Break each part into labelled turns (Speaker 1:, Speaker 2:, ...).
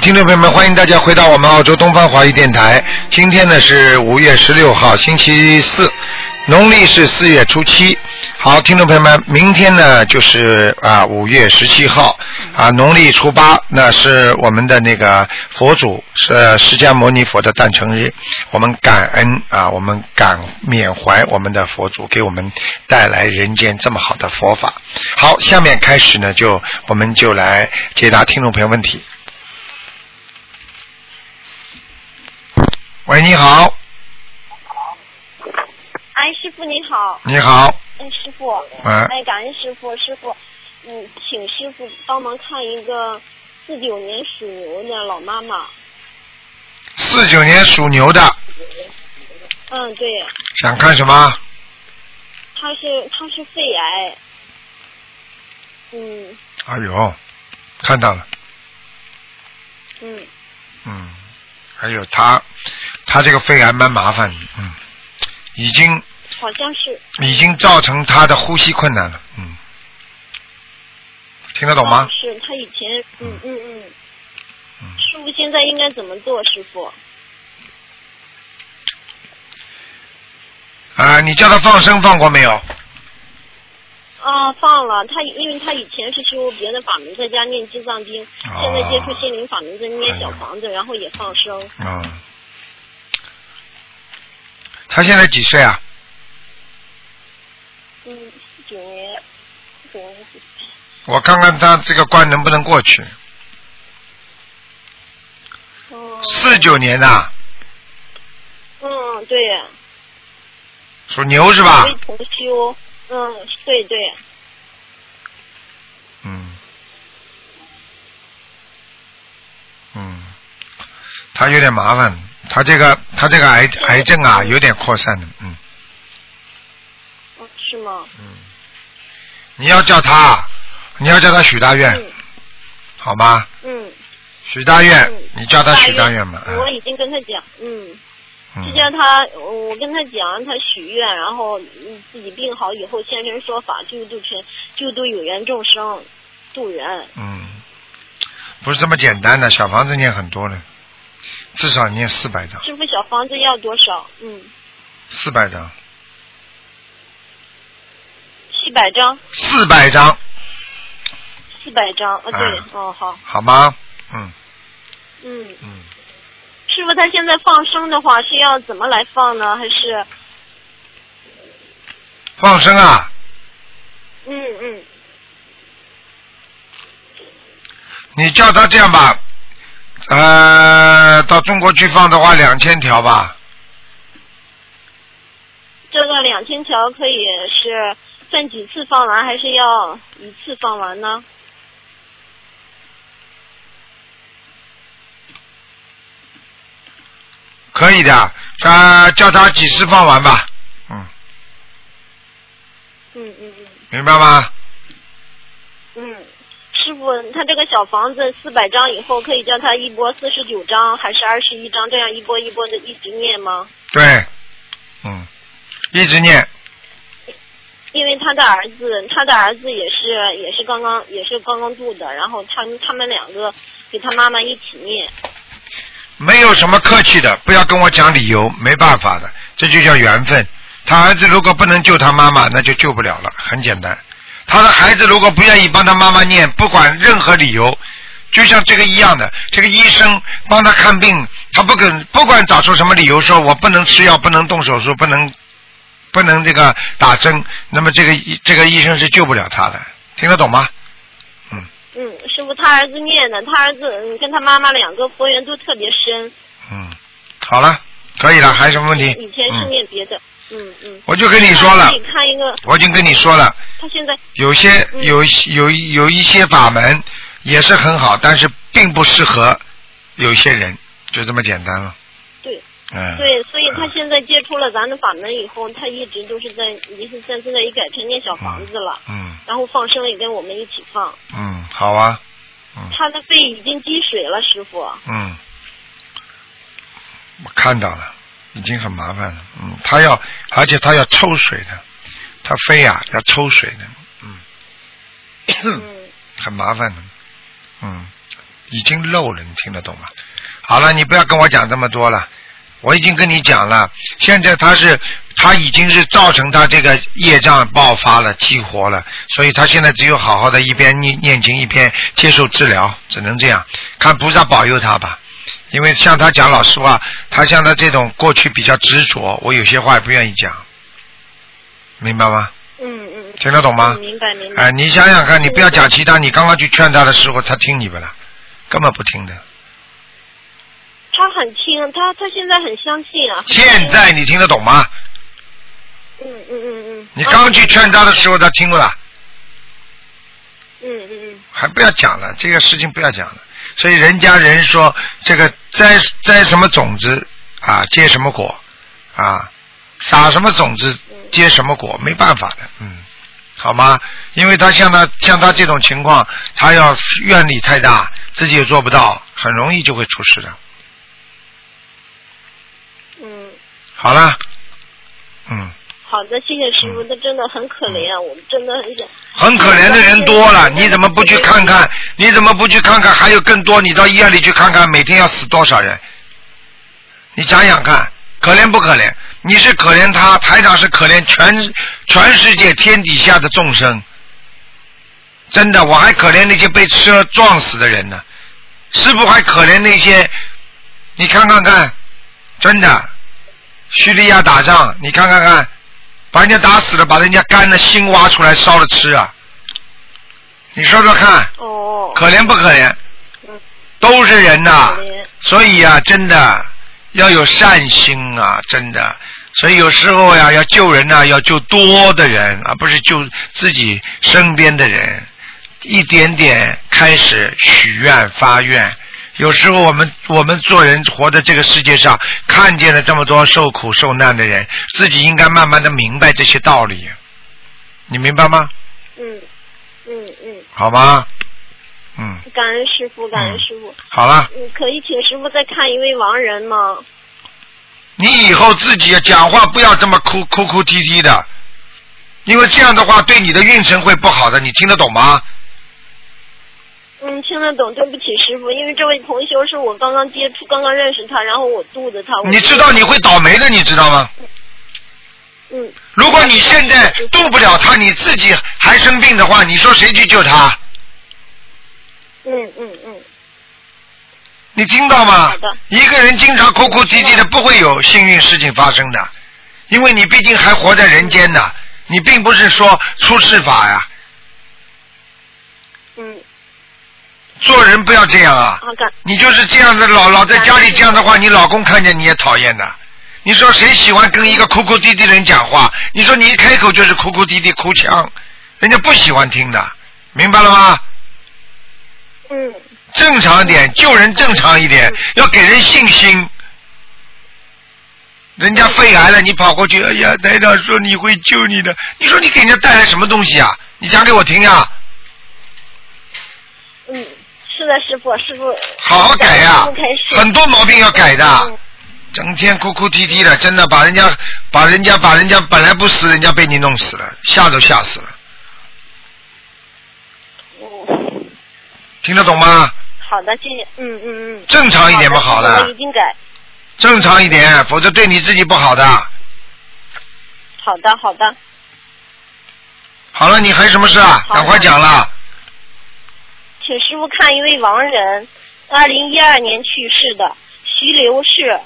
Speaker 1: 听众朋友们，欢迎大家回到我们澳洲东方华语电台。今天呢是五月十六号，星期四，农历是四月初七。好，听众朋友们，明天呢就是啊五月十七号啊，农历初八，那是我们的那个佛祖是呃释迦牟尼佛的诞辰日，我们感恩啊，我们感缅怀我们的佛祖给我们带来人间这么好的佛法。好，下面开始呢，就我们就来解答听众朋友问题。喂，你好，
Speaker 2: 哎，师傅你好，
Speaker 1: 你好，
Speaker 2: 哎，师傅，
Speaker 1: 哎
Speaker 2: 哎，感恩师傅，师傅，嗯，请师傅帮忙看一个四九年属牛的老妈妈，
Speaker 1: 四九年属牛的，
Speaker 2: 嗯，对，
Speaker 1: 想看什么？
Speaker 2: 她是她是肺癌，嗯
Speaker 1: 哎呦，看到了，
Speaker 2: 嗯，
Speaker 1: 嗯，还有他，他这个肺癌蛮麻烦的，嗯，已经
Speaker 2: 好像是，
Speaker 1: 已经造成他的呼吸困难了，嗯，听得懂吗？
Speaker 2: 是她以前，嗯嗯嗯，
Speaker 1: 嗯
Speaker 2: 师傅现在应该怎么做，师傅？
Speaker 1: 啊、你叫他放生放过没有？
Speaker 2: 啊，放了他，因为他以前是修别的法门，在家念金藏经，
Speaker 1: 哦
Speaker 2: 现在接触心灵法门，在念小房子，然后也放生。
Speaker 1: 嗯，他现在几岁啊？
Speaker 2: 嗯，九年，九年几？
Speaker 1: 我看看他这个关能不能过去。
Speaker 2: 哦，
Speaker 1: 四九年的、
Speaker 2: 嗯，对，
Speaker 1: 属牛是吧
Speaker 2: 所以？重修，嗯，对对，
Speaker 1: 嗯，嗯，他有点麻烦，他这个他这个癌癌症啊，有点扩散的，嗯
Speaker 2: 嗯，是吗？
Speaker 1: 嗯，你要叫他，你要叫他许大愿，
Speaker 2: 嗯
Speaker 1: 好吗？
Speaker 2: 嗯，
Speaker 1: 许大愿
Speaker 2: 嗯，
Speaker 1: 你叫他许大愿嘛，
Speaker 2: 我已经跟他讲，嗯，
Speaker 1: 嗯
Speaker 2: 之前他，我跟他讲，让他许愿，然后嗯自己病好以后现身说法，救度全，救度有缘众生，度人。
Speaker 1: 嗯，不是这么简单的，小房子念很多了，至少念四百张，
Speaker 2: 师傅，小房子要多少？嗯，
Speaker 1: 四百张，
Speaker 2: 七百张，
Speaker 1: 四百张，
Speaker 2: 四百张。啊，对
Speaker 1: 啊，
Speaker 2: 哦，好，
Speaker 1: 好吗？嗯
Speaker 2: 嗯。
Speaker 1: 嗯。
Speaker 2: 师傅，他现在放生的话是要怎么来放呢？还是
Speaker 1: 放生啊，
Speaker 2: 嗯嗯
Speaker 1: 你叫他这样吧，呃，到中国去放的话，两千条吧，
Speaker 2: 这个两千条可以是分几次放完，还是要一次放完呢？
Speaker 1: 可以的，呃，叫他几次放完吧，嗯，
Speaker 2: 嗯嗯嗯
Speaker 1: 明白吗？
Speaker 2: 嗯。师傅，他这个小房子四百张以后，可以叫他一波四十九张，还是二十一张，这样一波一波的一直念吗？
Speaker 1: 对，嗯，一直念，
Speaker 2: 因为他的儿子，他的儿子也是也是刚刚也是刚刚住的，然后他们他们两个给他妈妈一起念。
Speaker 1: 没有什么客气的，不要跟我讲理由，没办法的，这就叫缘分。他儿子如果不能救他妈妈，那就救不了了，很简单。他的孩子如果不愿意帮他妈妈念，不管任何理由，就像这个一样的，这个医生帮他看病，他不肯，不管找出什么理由，说我不能吃药，不能动手术，不能不能这个打针，那么这个医这个医生是救不了他的，听得懂吗？
Speaker 2: 嗯，师傅，他儿子念的，他儿子嗯跟他妈妈两个佛缘都特别深。
Speaker 1: 嗯，好了，可以了，还有什么问题？
Speaker 2: 以前是
Speaker 1: 嗯，
Speaker 2: 念别的，嗯嗯。
Speaker 1: 我就跟你说了
Speaker 2: 可以，看一个，
Speaker 1: 我已经跟你说了。
Speaker 2: 他现在
Speaker 1: 有些
Speaker 2: 嗯
Speaker 1: 有有有一些法门也是很好，但是并不适合有些人，就这么简单了。
Speaker 2: 对
Speaker 1: 嗯，
Speaker 2: 对，所以他现在接触了咱的法门以后，他一直都是在，一是现现在也改成念小房子了，
Speaker 1: 嗯
Speaker 2: 然后放生也跟我们一起放。
Speaker 1: 嗯，好啊，嗯
Speaker 2: 他的肺已经积水了，师傅。
Speaker 1: 嗯，我看到了，已经很麻烦了。嗯，他要，而且他要抽水的，他飞呀、要抽水的，嗯，
Speaker 2: 嗯，
Speaker 1: 很麻烦的，嗯，已经漏了，你听得懂吗？好了，你不要跟我讲这么多了，我已经跟你讲了，现在他是他已经是造成他这个业障爆发了，激活了，所以他现在只有好好的一边念念经一边接受治疗，只能这样，看菩萨保佑他吧。因为像他讲老实话，他像他这种过去比较执着，我有些话也不愿意讲，明白吗？
Speaker 2: 嗯嗯，
Speaker 1: 听得懂吗？
Speaker 2: 嗯明白明白。
Speaker 1: 哎，你想想看，你不要讲其他，你刚刚去劝他的时候，他听你不啦？根本不听的。
Speaker 2: 他很听，他他现在很相信啊。
Speaker 1: 现在你听得懂吗？
Speaker 2: 嗯嗯嗯嗯。
Speaker 1: 你刚去劝他的时候，他听不啦？
Speaker 2: 嗯嗯嗯。
Speaker 1: 还不要讲了，这个事情不要讲了。所以人家人说，这个栽栽什么种子啊，结什么果啊，撒什么种子结什么果，没办法的，嗯，好吗？因为他像他像他这种情况，他要愿力太大，自己也做不到，很容易就会出事的。
Speaker 2: 嗯，
Speaker 1: 好了，嗯，
Speaker 2: 好的，谢谢师傅，那真的很可怜啊，我们真的很想。
Speaker 1: 很可怜的人多了，你怎么不去看看？你怎么不去看看？还有更多，你到医院里去看看，每天要死多少人？你想想看，可怜不可怜？你是可怜他，台长是可怜全全世界天底下的众生。真的，我还可怜那些被车撞死的人呢，师傅还可怜那些，你看看看，真的，叙利亚打仗，你看看看，把人家打死了，把人家肝的心挖出来烧了吃啊，你说说看，
Speaker 2: 哦。
Speaker 1: 可怜不可怜？都是人呐、
Speaker 2: 可怜
Speaker 1: 所以啊，真的要有善心啊，真的。所以有时候呀、要救人呐、要救多的人，而不是救自己身边的人。一点点开始许愿发愿。有时候我们我们做人活在这个世界上，看见了这么多受苦受难的人，自己应该慢慢的明白这些道理。你明白吗？
Speaker 2: 嗯嗯嗯，
Speaker 1: 好吗？嗯，
Speaker 2: 感恩师傅，感恩师傅。
Speaker 1: 好了。
Speaker 2: 嗯，可以请师傅再看一位亡人吗？
Speaker 1: 你以后自己讲话不要这么哭哭哭啼啼的，因为这样的话对你的运程会不好的，你听得懂吗？
Speaker 2: 嗯，听得懂，对不起师傅，因为这位同修是我刚刚接触、刚刚认识他，然后我度的他。我
Speaker 1: 你知道你会倒霉的，你知道吗？
Speaker 2: 嗯，
Speaker 1: 如果你现在渡不了他，你自己还生病的话，你说谁去救他？
Speaker 2: 嗯嗯嗯，
Speaker 1: 你听到吗
Speaker 2: 好的？
Speaker 1: 一个人经常哭哭啼啼的，不会有幸运事情发生的，因为你毕竟还活在人间呢，你并不是说出世法呀。
Speaker 2: 嗯，
Speaker 1: 做人不要这样啊！
Speaker 2: 好感，
Speaker 1: 你就是这样的老老在家里这样的话，你老公看见你也讨厌的。你说谁喜欢跟一个哭哭啼啼的人讲话？你说你一开口就是哭哭啼啼、哭腔，人家不喜欢听的，明白了吗？
Speaker 2: 嗯
Speaker 1: 正常点，救人正常一点，要给人信心。人家肺癌了，你跑过去，哎呀，台长说你会救你的，你说你给人家带来什么东西啊？你讲给我听呀、
Speaker 2: 嗯，是的，师傅，师傅。
Speaker 1: 好好改呀、
Speaker 2: 从开始。
Speaker 1: 很多毛病要改的。
Speaker 2: 嗯
Speaker 1: 整天哭哭啼啼的，真的把人家把人家把人家本来不死，人家被你弄死了，吓都吓死了，
Speaker 2: 嗯，
Speaker 1: 听得懂吗？
Speaker 2: 好的，谢谢。嗯嗯嗯。
Speaker 1: 正常一点不好
Speaker 2: 好的师傅我
Speaker 1: 了
Speaker 2: 已，经改。
Speaker 1: 正常一点，否则对你自己不好的。
Speaker 2: 好的，好的。
Speaker 1: 好了，你还有什么事啊？
Speaker 2: 好
Speaker 1: 赶快讲了，
Speaker 2: 请师傅看一位亡人，二零一二年去世的徐刘氏，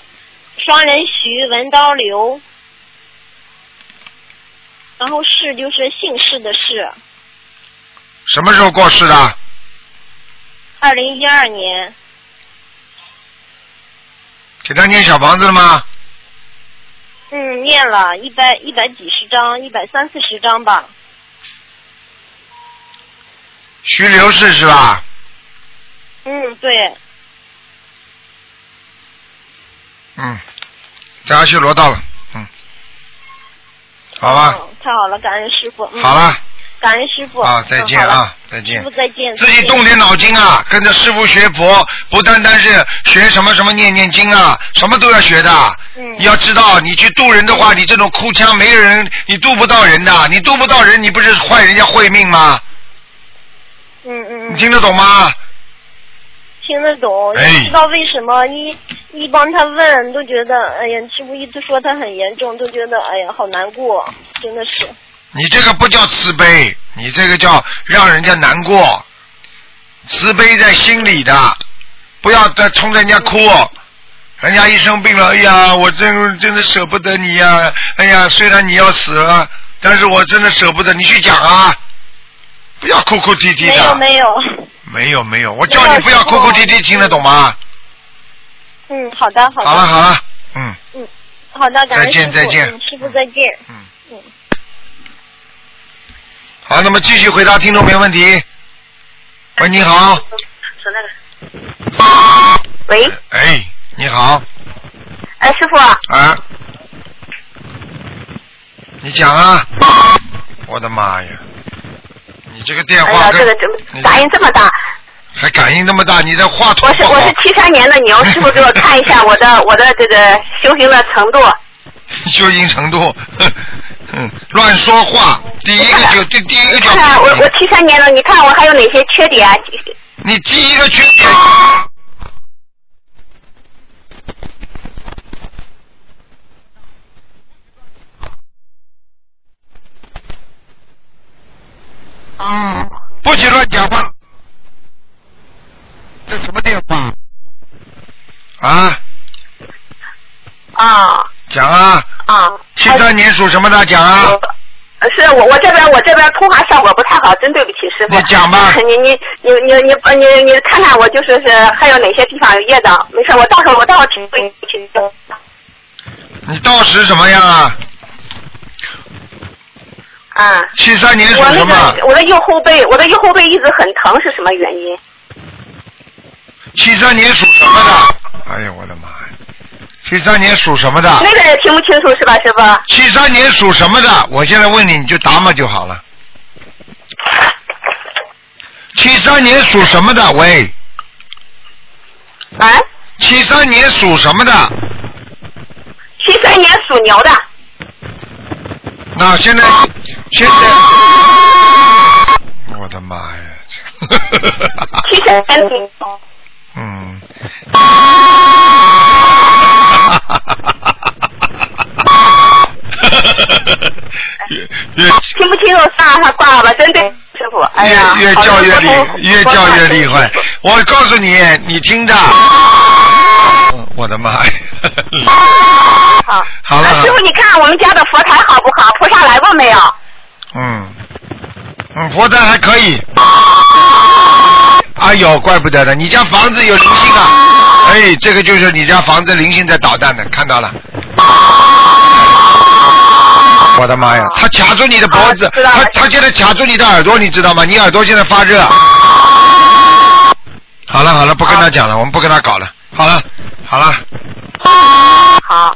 Speaker 2: 双人徐，文刀刘，然后氏就是姓氏的氏，
Speaker 1: 什么时候过世的？
Speaker 2: 二零一二年，
Speaker 1: 给他念小房子了吗？
Speaker 2: 嗯，念了一百一百几十章，一百三四十章吧，
Speaker 1: 徐刘氏是吧？
Speaker 2: 嗯，对，
Speaker 1: 嗯，在阿修罗道了，嗯，好吧，
Speaker 2: 嗯，太好了，感恩师傅，嗯，
Speaker 1: 好，了，
Speaker 2: 感恩师傅，
Speaker 1: 啊，再见
Speaker 2: 嗯好了
Speaker 1: 啊，再见
Speaker 2: 师。傅再见，
Speaker 1: 自己动点脑筋啊，跟着师傅学佛，不单单是学什么什么念念经啊，什么都要学的。
Speaker 2: 嗯
Speaker 1: 你要知道，你去渡人的话，你这种哭腔没人，你渡不到人的，你渡不到人，你不是坏人家慧命吗？
Speaker 2: 嗯嗯
Speaker 1: 你
Speaker 2: 嗯，
Speaker 1: 听得懂吗？
Speaker 2: 听
Speaker 3: 听得懂，
Speaker 1: 哎
Speaker 3: 也不知道为什么一一帮他问都觉得，哎呀，师傅一直说他很严重，都觉得哎呀好难过，真的是。
Speaker 1: 你这个不叫慈悲，你这个叫让人家难过。慈悲在心里的，不要再冲着人家哭。哦人家一生病了，哎呀，我真真的舍不得你呀、哎呀，虽然你要死了，但是我真的舍不得你去讲啊，不要哭哭啼啼
Speaker 3: 没有
Speaker 1: 的。
Speaker 3: 没有，
Speaker 1: 没有没有，我叫你不要哭哭啼啼，听得懂吗？
Speaker 3: 嗯，好的好的，
Speaker 1: 好了好了，嗯
Speaker 3: 好的，感恩
Speaker 1: 再
Speaker 3: 师傅
Speaker 1: 见再见
Speaker 3: 嗯师傅再见。
Speaker 1: 嗯
Speaker 3: 嗯。
Speaker 1: 好，那么继续回答听众朋友问题。喂，你好。
Speaker 2: 喂，
Speaker 1: 哎，你好，
Speaker 2: 哎，师傅，
Speaker 1: 啊，你讲啊！我的妈呀，你这个电
Speaker 2: 哎
Speaker 1: 话
Speaker 2: 呀，这
Speaker 1: 跟、
Speaker 2: 个
Speaker 1: 你
Speaker 2: 这打印这么大，
Speaker 1: 还感应那么大，你这话筒
Speaker 2: 我是
Speaker 1: 不
Speaker 2: 我
Speaker 1: 好
Speaker 2: 是，七三年的牛， 师傅给我看一下我的我的这个修行的程 度。
Speaker 1: 修音程度， 哼嗯，乱说话，第一个就第第一个就
Speaker 2: 看看我我七三年的，你看我还有哪些缺点？
Speaker 1: 你第一个缺点。嗯，
Speaker 2: 哦
Speaker 1: 不许乱讲话。这什么电话？啊，
Speaker 2: 啊
Speaker 1: 讲啊，
Speaker 2: 啊，
Speaker 1: 七三年属什么的？讲啊，
Speaker 2: 呃是我我这边我这边通话效果不太好，真对不起师傅。
Speaker 1: 你讲吧
Speaker 2: 你你你你你呃你你看看我就是是还有哪些地方有业障？没事，我到时候我到时候请你请
Speaker 1: 你到时什么样啊？
Speaker 2: 啊。
Speaker 1: 七三年属
Speaker 2: 我
Speaker 1: 什
Speaker 2: 那
Speaker 1: 么？
Speaker 2: 个我的右后背，我的右后背一直很疼，是什么原因？
Speaker 1: 七三年属什么的？哎呦我的妈呀！七三年属什么的？
Speaker 2: 那个也听不清楚是吧，师傅？
Speaker 1: 七三年属什么的？我现在问你，你就答嘛就好了。七三年属什么的？喂，
Speaker 2: 啊，
Speaker 1: 七三年属什么的？
Speaker 2: 七三年属牛的。
Speaker 1: 那现在现在，我的妈呀！
Speaker 2: 七三年属牛
Speaker 1: 嗯。越越
Speaker 2: 听不清楚，算了，他挂了吧，真对，师傅。哎呀，
Speaker 1: 越越
Speaker 2: 好
Speaker 1: 叫
Speaker 2: 像
Speaker 1: 越
Speaker 2: 我都
Speaker 1: 厉，越叫越厉害。我告诉你，你听着。
Speaker 2: 啊
Speaker 1: 嗯我的妈呀！
Speaker 2: 好，
Speaker 1: 好了
Speaker 2: 啊师傅，你看我们家的佛台好不好？菩萨来过没有？
Speaker 1: 嗯，嗯，佛台还可以。哎呦，怪不得的，你家房子有灵性啊！哎，这个就是你家房子灵性在捣蛋的，看到了。我的妈呀！他卡住你的脖子，
Speaker 2: 啊知道
Speaker 1: 他
Speaker 2: 了
Speaker 1: 他现在卡住你的耳朵，你知道吗？你耳朵现在发热。好了好了，不跟他讲了，我们不跟他搞了。好了好了，
Speaker 2: 好，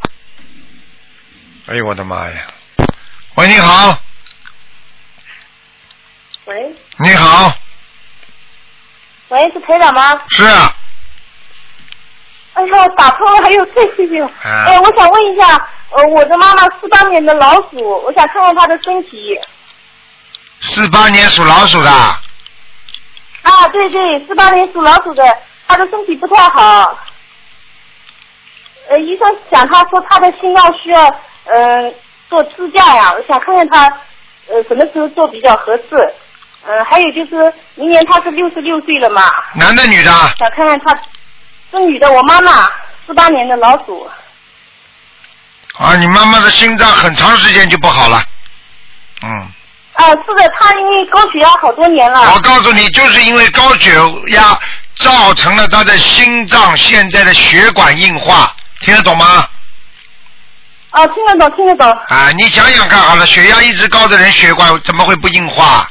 Speaker 1: 哎呦我的妈呀！喂，你好，
Speaker 4: 喂
Speaker 1: 你好，
Speaker 4: 喂，是台长吗？
Speaker 1: 是啊，
Speaker 4: 哎呀，打通了，还有这事情。
Speaker 1: 啊
Speaker 4: 哎，我想问一下，呃，我的妈妈四八年的老鼠，我想看看她的身体。
Speaker 1: 四八年属老鼠的。
Speaker 4: 啊，对对，四八年属老鼠的，她的身体不太好。呃，医生想她说她的心脏需要嗯、呃做支架呀，我想看看她呃什么时候做比较合适。嗯、还有就是明年她是六十六岁了嘛，
Speaker 1: 男的女的？
Speaker 4: 想看看她是女的，我妈妈四八年的老鼠。
Speaker 1: 啊，你妈妈的心脏很长时间就不好了。嗯，
Speaker 4: 啊，是的，他因为高血压好多年
Speaker 2: 啊
Speaker 4: 了。
Speaker 1: 我告诉你，就是因为高血压造成了她的心脏现在的血管硬化，听得懂吗？
Speaker 4: 啊，听得懂，听得懂。
Speaker 1: 啊，你想想看好了，血压一直高的人，血管怎么会不硬化？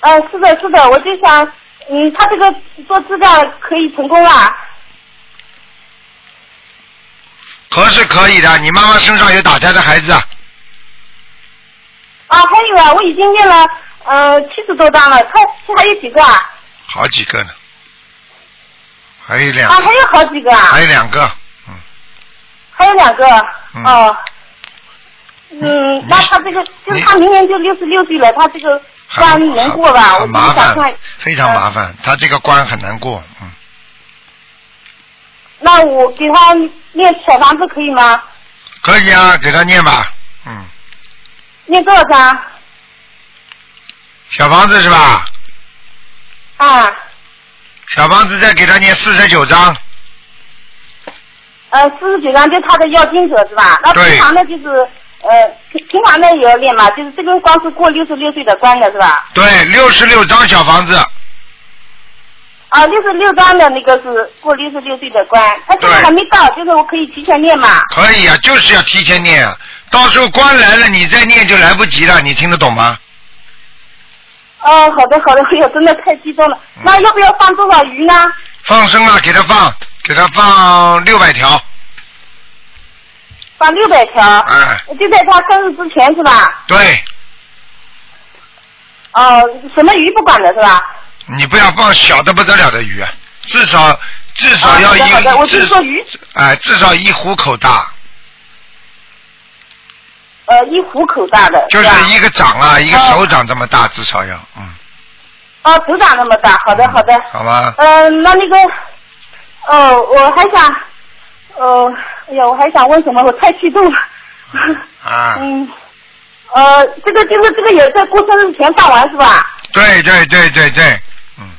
Speaker 4: 啊，是的，是的，我就想，嗯，他这个做支架可以成功啊。
Speaker 1: 可是可以的，你妈妈身上有打胎的孩子啊。
Speaker 4: 啊，还有啊，我已经念了呃七十多张了，看还有几个啊？
Speaker 1: 好几个呢，还有两哎
Speaker 4: 啊，还有好几个啊
Speaker 1: 还，有两个，嗯，
Speaker 4: 还有两个。
Speaker 1: 嗯
Speaker 4: 哦。嗯，那他这个就是他明年就六十六岁了，他这个不然能过吧？我
Speaker 1: 很
Speaker 4: 就
Speaker 1: 麻
Speaker 4: 想
Speaker 1: 烦
Speaker 4: 看，
Speaker 1: 非常麻烦，
Speaker 4: 嗯
Speaker 1: 他这个关很难过，嗯，
Speaker 4: 那我给他念小房子可以吗？
Speaker 1: 可以啊，给他念吧，嗯，
Speaker 4: 念多少张？
Speaker 1: 小房子是吧？
Speaker 4: 啊，
Speaker 1: 小房子再给他念四十九章，
Speaker 4: 呃，四十九张就是他的要经者是吧？那
Speaker 1: 对
Speaker 4: 平常的就是呃，平平常的也要念嘛，就是这个光是过六十六岁的关的是吧？
Speaker 1: 对，六十六章小房子，
Speaker 4: 啊，六十六张的那个是过六十六岁的关，他现在
Speaker 1: 对
Speaker 4: 还没到，就是我可以提前念嘛。
Speaker 1: 可以啊，就是要提前念啊，到时候关来了，你再念就来不及了，你听得懂吗？
Speaker 4: 哦，好的好的，哎呦，真的太激动了。
Speaker 1: 嗯
Speaker 4: 那要不要放多少鱼呢？
Speaker 1: 放生啊了，给他放，给他放六百条，
Speaker 4: 放六百条。
Speaker 1: 哎，
Speaker 4: 就在他生日之前是吧？
Speaker 1: 对
Speaker 4: 哦，什么鱼不管的是吧？
Speaker 1: 你不要放小的不得了的鱼，啊，至少至少要
Speaker 4: 啊
Speaker 1: 一、
Speaker 4: 好的好的，我是
Speaker 1: 至
Speaker 4: 说鱼，
Speaker 1: 哎至少一虎口大，
Speaker 4: 呃，一虎口大的。
Speaker 1: 就是
Speaker 4: 吧
Speaker 1: 一个掌啊，一个
Speaker 4: 哦
Speaker 1: 手掌这么大，至少要嗯。
Speaker 4: 哦，手掌那么大，好的好的。
Speaker 1: 好吧，
Speaker 4: 呃，那那个，哦，我还想，哦，哎呀，我还想问什么？我太激动了。
Speaker 1: 啊，
Speaker 4: 嗯，呃，这个就是这个也在过生日前办完是吧？
Speaker 1: 对对对对对，嗯，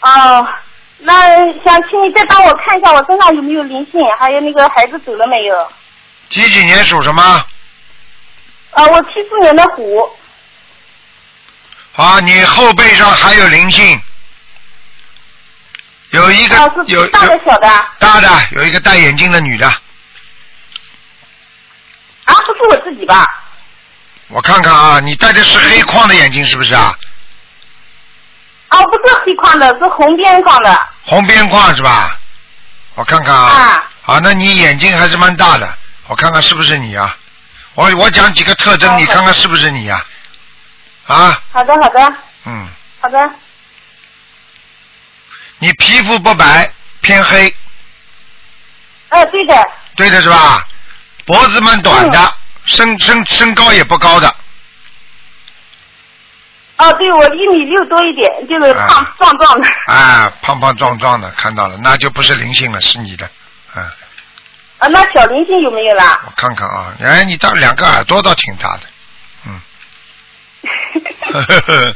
Speaker 4: 哦，那想请你再帮我看一下我身上有没有灵性，还有那个孩子走了没有？
Speaker 1: 几几年属什么？
Speaker 4: 呃，我七四年的虎，
Speaker 1: 啊，你后背上还有灵性，有一个、
Speaker 4: 啊、
Speaker 1: 有
Speaker 4: 是
Speaker 1: 有
Speaker 4: 大的小的啊？
Speaker 1: 大的，有一个戴眼镜的女的，
Speaker 4: 不是我自己吧？
Speaker 1: 我看看啊，你戴的是黑框的眼镜是不是啊？
Speaker 4: 啊，不是黑框的，是红边框的
Speaker 1: 红边框是吧？我看看啊，
Speaker 4: 啊。
Speaker 1: 啊，那你眼睛还是蛮大的，我看看是不是你啊？我我讲几个特征，
Speaker 4: 好
Speaker 1: 你看看是不是你啊？啊，
Speaker 4: 好的，好的，
Speaker 1: 嗯，
Speaker 4: 好的。
Speaker 1: 你皮肤不白，偏黑，
Speaker 4: 哎，对的，
Speaker 1: 对的是吧？脖子蛮短的，身身身高也不高的，
Speaker 4: 哦，对，我一米六多一点，就是
Speaker 1: 啊
Speaker 4: 胖壮壮的。
Speaker 1: 啊，胖胖壮壮的，看到了，那就不是灵性了，是你的，啊，
Speaker 4: 啊，那小灵性有没有啦？
Speaker 1: 我看看啊，哎，你倒两个耳朵倒挺大的，嗯，呵呵呵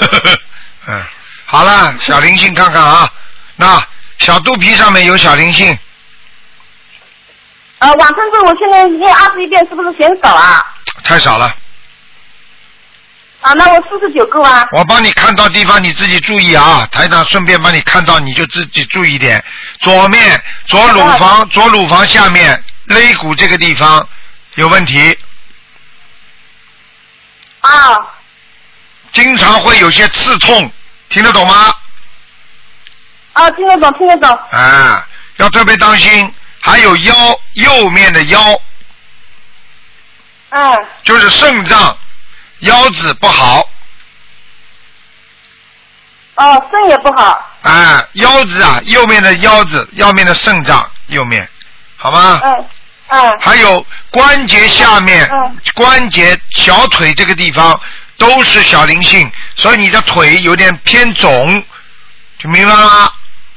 Speaker 1: 呵呵， 嗯，好了，小灵性看看啊，那小肚皮上面有小灵性，
Speaker 4: 呃，往生咒我现在念二十一遍，是不是嫌少啊？
Speaker 1: 太少了，
Speaker 4: 啊，那我四十九够啊。
Speaker 1: 我帮你看到地方你自己注意啊，台长顺便帮你看到你就自己注意点，左面左乳房左乳房下面肋骨这个地方有问题，
Speaker 4: 啊，
Speaker 1: 经常会有些刺痛，听得懂吗？
Speaker 4: 啊，听得懂，听得懂。
Speaker 1: 啊，要特别当心。还有腰右面的腰，
Speaker 4: 嗯，
Speaker 1: 就是肾脏腰子不好，
Speaker 4: 哦，肾也不好。
Speaker 1: 啊，腰子啊，右面的腰子，右面的肾脏右面，好吗？
Speaker 4: 嗯，嗯，
Speaker 1: 还有关节下面
Speaker 4: 嗯，
Speaker 1: 关节小腿这个地方都是小灵性，所以你的腿有点偏肿，就明白了吗？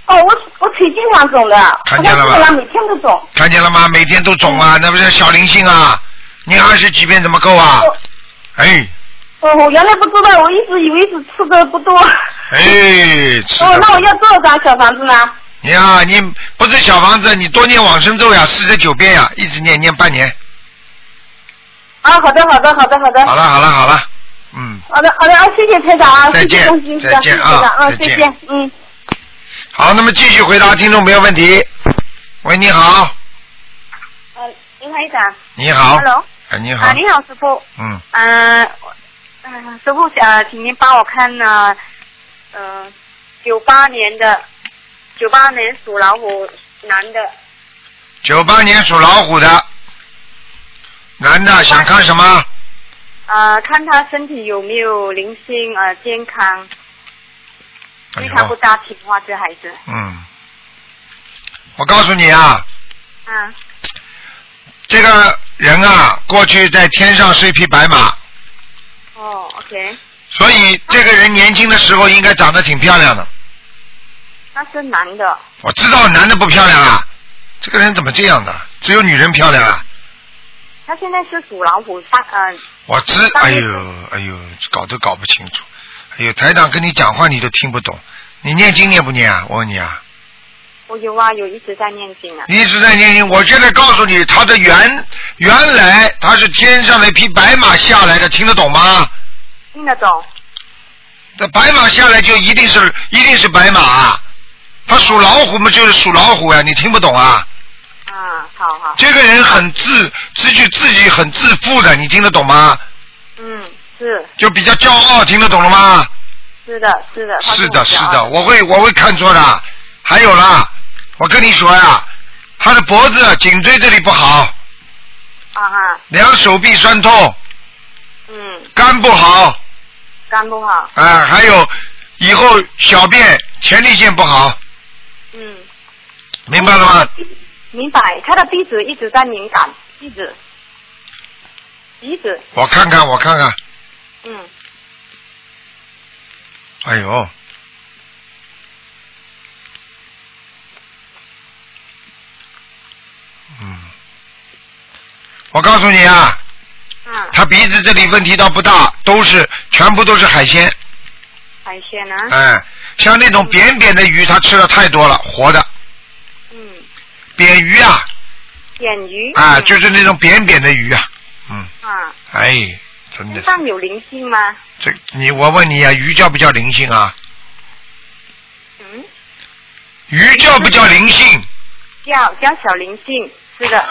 Speaker 4: 哦，我我腿经常肿的，
Speaker 1: 看见了吧
Speaker 4: 我基本上每天都肿。
Speaker 1: 看见了吗？每天都肿啊，那不是小灵性啊？你二十几遍怎么够啊？哎
Speaker 4: 哦，我原来不知道，我一直以为是吃的不多。哦，
Speaker 1: 哎，吃的
Speaker 4: 那我要多少张小房子呢？啊
Speaker 1: 你呀，你不是小房子，你多念往生咒呀，四十九遍呀，一直念念半年。
Speaker 4: 嗯啊，好的，好的，好的，好的。
Speaker 1: 好了好了好了，嗯，
Speaker 4: 好的，好的，啊，谢谢台长啊，
Speaker 1: 再
Speaker 4: 谢
Speaker 1: 见
Speaker 4: 谢东京
Speaker 1: 再见
Speaker 4: 台
Speaker 1: 啊
Speaker 4: 长，
Speaker 1: 再
Speaker 4: 啊，谢
Speaker 1: 见
Speaker 4: 谢，嗯。
Speaker 1: 好，那么继续回答听众朋友问题。喂，你好，
Speaker 5: 呃，林台长
Speaker 1: 你好，
Speaker 5: ，Hello，
Speaker 1: 哎，你好
Speaker 5: 啊，，你好，师傅，
Speaker 1: 嗯，
Speaker 5: 嗯、我嗯，师傅，呃，请您帮我看呢，呃，九八年的，九八年属老虎男的，
Speaker 1: 九八年属老虎的，男的，想看什么？
Speaker 5: 呃，看他身体有没有灵性，呃，健康，因
Speaker 1: 哎
Speaker 5: 为他不
Speaker 1: 呦，
Speaker 5: 大听话，这孩子，
Speaker 1: 嗯，我告诉你啊，
Speaker 5: 嗯，
Speaker 1: 这个人啊，过去在天上是一匹白马，
Speaker 5: 哦，
Speaker 4: 钱，
Speaker 1: 所以这个人年轻的时候应该长得挺漂亮的。
Speaker 4: 他是男的，
Speaker 1: 我知道男的不漂亮啊，这个人怎么这样的？只有女人漂亮啊！
Speaker 4: 他现在是属老虎，三呃
Speaker 1: 我知，哎呦哎呦，搞都搞不清楚。哎呦，台长跟你讲话你都听不懂，你念经念不念啊？我问你啊，
Speaker 4: 我有啊，有一直在念经啊。
Speaker 1: 你一直在念经，我现在告诉你，他的原原来他是天上的一匹白马下来的，听得懂吗？
Speaker 4: 听得懂？
Speaker 1: 这白马下来就一定是一定是白马，他属老虎嘛，就是属老虎呀、你听不懂啊？
Speaker 4: 啊，好好，
Speaker 1: 这个人很自自己自己很自负的，你听得懂吗？
Speaker 4: 嗯，是
Speaker 1: 就比较骄傲，听得懂了吗？
Speaker 4: 是的，是的，他
Speaker 1: 是的，
Speaker 4: 我
Speaker 1: 是
Speaker 4: 小
Speaker 1: 的，
Speaker 4: 啊，
Speaker 1: 我会我会看错的。还有啦，我跟你说呀，他的脖子、颈椎这里不好，
Speaker 4: 啊哈，
Speaker 1: 两手臂酸痛，
Speaker 4: 嗯，
Speaker 1: 肝不好啊、
Speaker 4: 肝不好，
Speaker 1: 还有以后小便前列腺不好，
Speaker 4: 嗯，
Speaker 1: 明白了吗？
Speaker 4: 明白。他的鼻子一直在敏感，鼻子，鼻子，
Speaker 1: 我看看，我看看，
Speaker 4: 嗯，
Speaker 1: 哎呦，嗯，我告诉你啊，
Speaker 4: 啊，
Speaker 1: 他鼻子这里问题倒不大，都是全部都是海鲜。
Speaker 4: 海鲜啊，
Speaker 1: 哎，像那种扁扁的鱼，他吃的太多了，活的
Speaker 4: 嗯，
Speaker 1: 扁鱼啊，
Speaker 4: 扁鱼
Speaker 1: 啊，
Speaker 4: 嗯
Speaker 1: 就是那种扁扁的鱼啊，嗯，
Speaker 4: 啊，
Speaker 1: 哎，真的是，
Speaker 4: 身上有灵性吗？
Speaker 1: 这你我问你啊，鱼叫不叫灵性啊？
Speaker 4: 嗯，
Speaker 1: 鱼叫不叫灵 性？
Speaker 4: 叫叫小灵性，是的。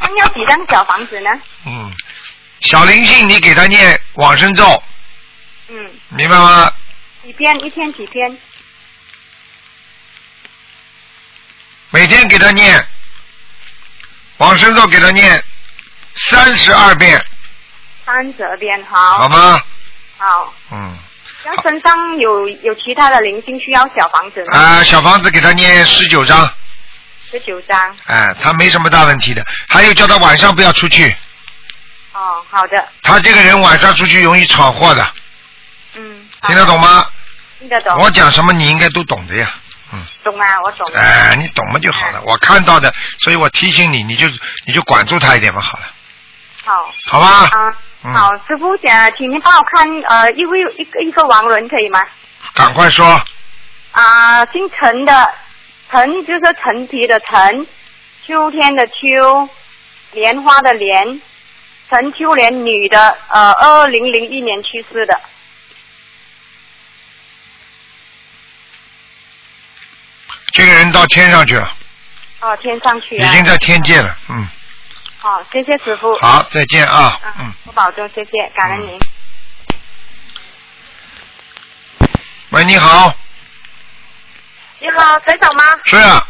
Speaker 4: 那要几张小房子呢？
Speaker 1: 嗯，小灵性你给他念往生咒，
Speaker 4: 嗯，
Speaker 1: 明白吗？
Speaker 4: 几篇？一天几篇？
Speaker 1: 每天给他念往生咒，给他念三十二遍，
Speaker 4: 三十二篇，
Speaker 1: 好
Speaker 4: 好，
Speaker 1: 吗？
Speaker 4: 好。
Speaker 1: 嗯，
Speaker 4: 要身上有有其他的灵性需要小房子吗？
Speaker 1: 啊，小房子给他念十九章。
Speaker 4: 十九张。
Speaker 1: 哎，他没什么大问题的。还有叫他晚上不要出去，
Speaker 4: 哦，好的，
Speaker 1: 他这个人晚上出去容易闯祸的，
Speaker 4: 嗯，好
Speaker 1: 听得懂吗？
Speaker 4: 听得懂，
Speaker 1: 我讲什么你应该都懂的呀。
Speaker 4: 懂啊，我懂。
Speaker 1: 哎，你懂嘛就好了。我看到的，所以我提醒你，你就你就管住他一点嘛，好了，
Speaker 4: 好
Speaker 1: 好吧？
Speaker 4: 啊，
Speaker 1: 嗯
Speaker 4: 好，师傅想，请您帮我看呃，一位一个一个亡人可以吗？
Speaker 1: 赶快说，
Speaker 4: 啊，姓陈的，陈就是陈皮的陈，秋天的秋，莲花的莲，陈秋莲，女的，呃，二零零一年去世的。
Speaker 1: 这个人到天上去了，
Speaker 4: 哦，天上去
Speaker 1: 已
Speaker 4: 啊！
Speaker 1: 经在天界了。嗯，
Speaker 4: 好，谢谢师傅。
Speaker 1: 好，再见啊
Speaker 4: 啊。
Speaker 1: 嗯，，
Speaker 4: 我保重，谢谢，感恩您。
Speaker 1: 喂，你好，
Speaker 4: 你好，台长吗？
Speaker 1: 是啊，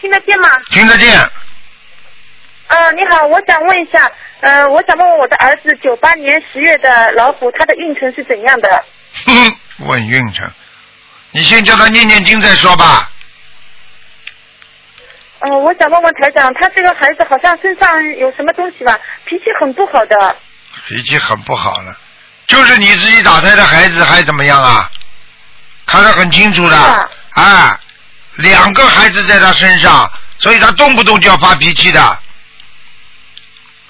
Speaker 4: 听得见吗？
Speaker 1: 听得见。
Speaker 2: 呃，你好，我想问一下，呃，我想问问我的儿子九八年十月
Speaker 4: 呃
Speaker 2: 的老虎，他的运程是怎样的？
Speaker 1: 哼，问运程，你先叫他念念经再说吧。
Speaker 2: 嗯、
Speaker 4: 呃
Speaker 2: 我想问问台长，他这个孩子好像身上有什么东西吧，脾气很不好的。
Speaker 1: 脾气很不好了，就是你自己打胎的孩子还怎么样啊？看得很清楚的，
Speaker 2: 是啊
Speaker 1: 啊，两个孩子在他身上，所以他动不动就要发脾气的。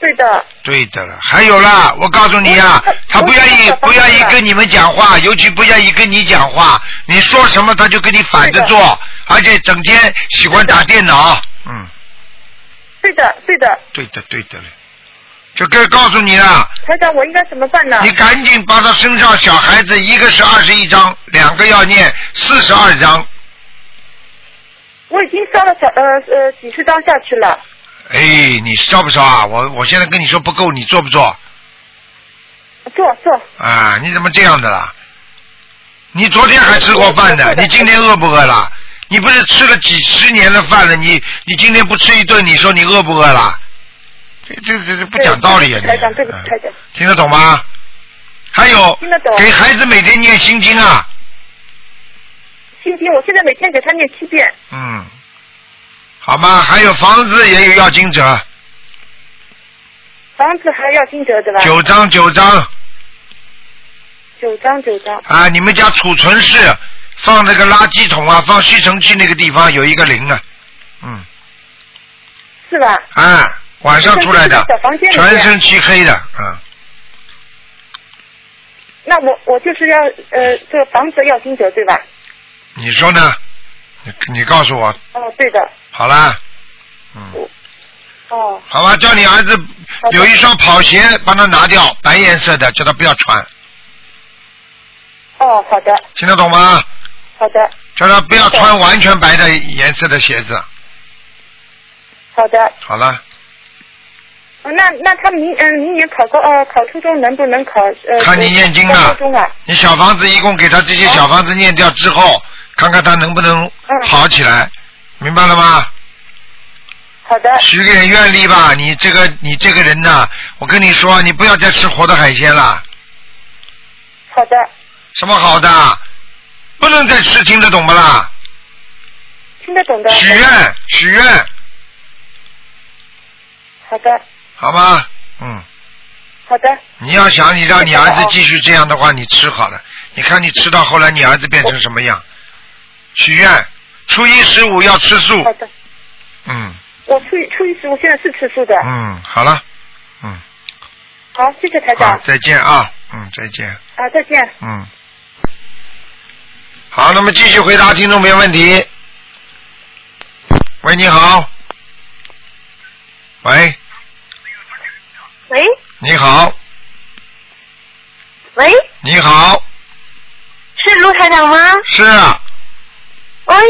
Speaker 2: 对的，
Speaker 1: 对的了，还有啦，我告诉你啊
Speaker 2: 嗯我，
Speaker 1: 他不愿意
Speaker 2: 我
Speaker 1: 不愿意
Speaker 2: 我
Speaker 1: 跟你们讲话，尤其不愿意跟你讲话，你说什么他就跟你反着
Speaker 2: 是的
Speaker 1: 做，而且整天喜欢打电脑，嗯。
Speaker 2: 对的，对的。
Speaker 1: 对的，对的嘞，就该告诉你了，
Speaker 2: 台长，我应该怎么办呢？
Speaker 1: 你赶紧把他身上小孩子一个是二十一张，两个要念四十二张。
Speaker 2: 我已经烧了小呃呃几十张下去了，
Speaker 1: 哎，你烧不烧啊？我我现在跟你说不够，你做不做？
Speaker 2: 做做，
Speaker 1: 啊，你怎么这样的啦？你昨天还吃过饭的
Speaker 2: 我，做的
Speaker 1: 你今天饿不饿啦？你不是吃了几十年的饭了？你你今天不吃一顿，你说你饿不饿啦？这这这这不讲道理啊！
Speaker 2: 对台长
Speaker 1: 你
Speaker 2: 对不起
Speaker 1: 嗯
Speaker 2: 台长
Speaker 1: 听得懂吗？还有，
Speaker 2: 听得懂
Speaker 1: 给孩子每天念心经啊。
Speaker 2: 心经我现在每天给他念七遍，
Speaker 1: 嗯，好吗？还有房子也有要经者，
Speaker 4: 房子还要金折对吧？
Speaker 1: 九张九张
Speaker 4: 九张九张。
Speaker 1: 啊！你们家储存室放那个垃圾桶啊，放吸尘器那个地方有一个零啊，嗯，
Speaker 4: 是吧？
Speaker 1: 啊，晚上出来的
Speaker 4: 小房间，里面
Speaker 1: 全身漆黑的，嗯，
Speaker 4: 那我我就是要呃，这个房子要金折对吧？
Speaker 1: 你说呢？你你告诉我，
Speaker 4: 哦，对的，
Speaker 1: 好啦，嗯，
Speaker 4: 哦，
Speaker 1: 好吧，叫你儿子
Speaker 4: 好的
Speaker 1: 有一双跑鞋，帮他拿掉，白颜色的，叫他不要穿，
Speaker 4: 哦，好的，
Speaker 1: 听得懂吗？
Speaker 4: 好的，
Speaker 1: 叫他不要
Speaker 4: 对
Speaker 1: 穿完全白的颜色的鞋子。
Speaker 4: 好的。
Speaker 1: 好了，
Speaker 4: 哦那那他明嗯、明年考高呃考初中能不能考呃？
Speaker 1: 看你念经
Speaker 4: 高
Speaker 1: 了
Speaker 4: 高中啊，
Speaker 1: 你小房子一共给他这些小房子念掉之后，看看他能不能
Speaker 4: 嗯
Speaker 1: 好起来，明白了吗？
Speaker 4: 好的，
Speaker 1: 许点愿力吧，你这个你这个人呐，我跟你说，你不要再吃活的海鲜了，
Speaker 4: 好的，
Speaker 1: 什么好的，不能再吃，听得懂不啦？
Speaker 4: 听得懂的。
Speaker 1: 许愿，许愿，
Speaker 4: 好的，
Speaker 1: 好吗？嗯，
Speaker 4: 好的，
Speaker 1: 你要想你让你儿子继续这样的话，你吃好了，你看你吃到后来，你儿子变成什么样？许愿，初一十五要吃素
Speaker 4: 好，的。
Speaker 1: 嗯
Speaker 4: 我初一初一十，我现在是吃素的。
Speaker 1: 嗯，好了，嗯，
Speaker 4: 好，谢谢台长
Speaker 1: 好，再见啊，嗯，再见。
Speaker 4: 啊，再见。
Speaker 1: 嗯，好，那么继续回答听众朋友问题。喂，你好。喂，
Speaker 2: 喂
Speaker 1: 你好，
Speaker 2: 喂，
Speaker 1: 你好，
Speaker 2: 是卢台长吗？
Speaker 1: 是啊，
Speaker 2: 哎呀，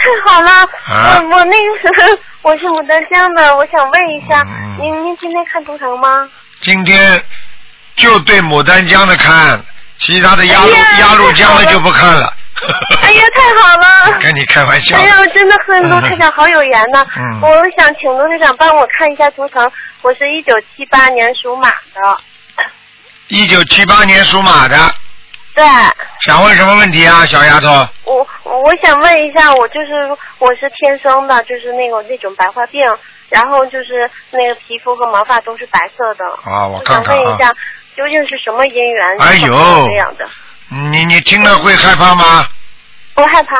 Speaker 2: 太好了！呃
Speaker 1: 啊
Speaker 2: 我我那个 我是牡丹江的，我想问一下，
Speaker 1: 嗯嗯
Speaker 2: 您您今天看图腾吗？
Speaker 1: 今天就对牡丹江的看，其他的鸭绿、
Speaker 2: 哎呀
Speaker 1: 鸭绿江的
Speaker 2: 太好了
Speaker 1: 就不看了。
Speaker 2: 哎呀，太好 了！
Speaker 1: 跟你嗯开玩笑
Speaker 2: 哎，呀，真的和卢台长好有缘呐！
Speaker 1: 嗯
Speaker 2: 我想请卢台长帮我看一下图腾，我是一九七八年属马的，
Speaker 1: 一九七八年属马的，
Speaker 2: 对。
Speaker 1: 想问什么问题啊，小丫头？
Speaker 2: 我我想问一下，我就是我是天生的，就是那个那种白化病，然后就是那个皮肤和毛发都是白色的。
Speaker 1: 啊我
Speaker 2: 我
Speaker 1: 看
Speaker 2: 想
Speaker 1: 看啊
Speaker 2: 问一下，究竟是什么因缘
Speaker 1: 哎呦
Speaker 2: 造成这样的？
Speaker 1: 你你听了会害怕吗？
Speaker 2: 不害怕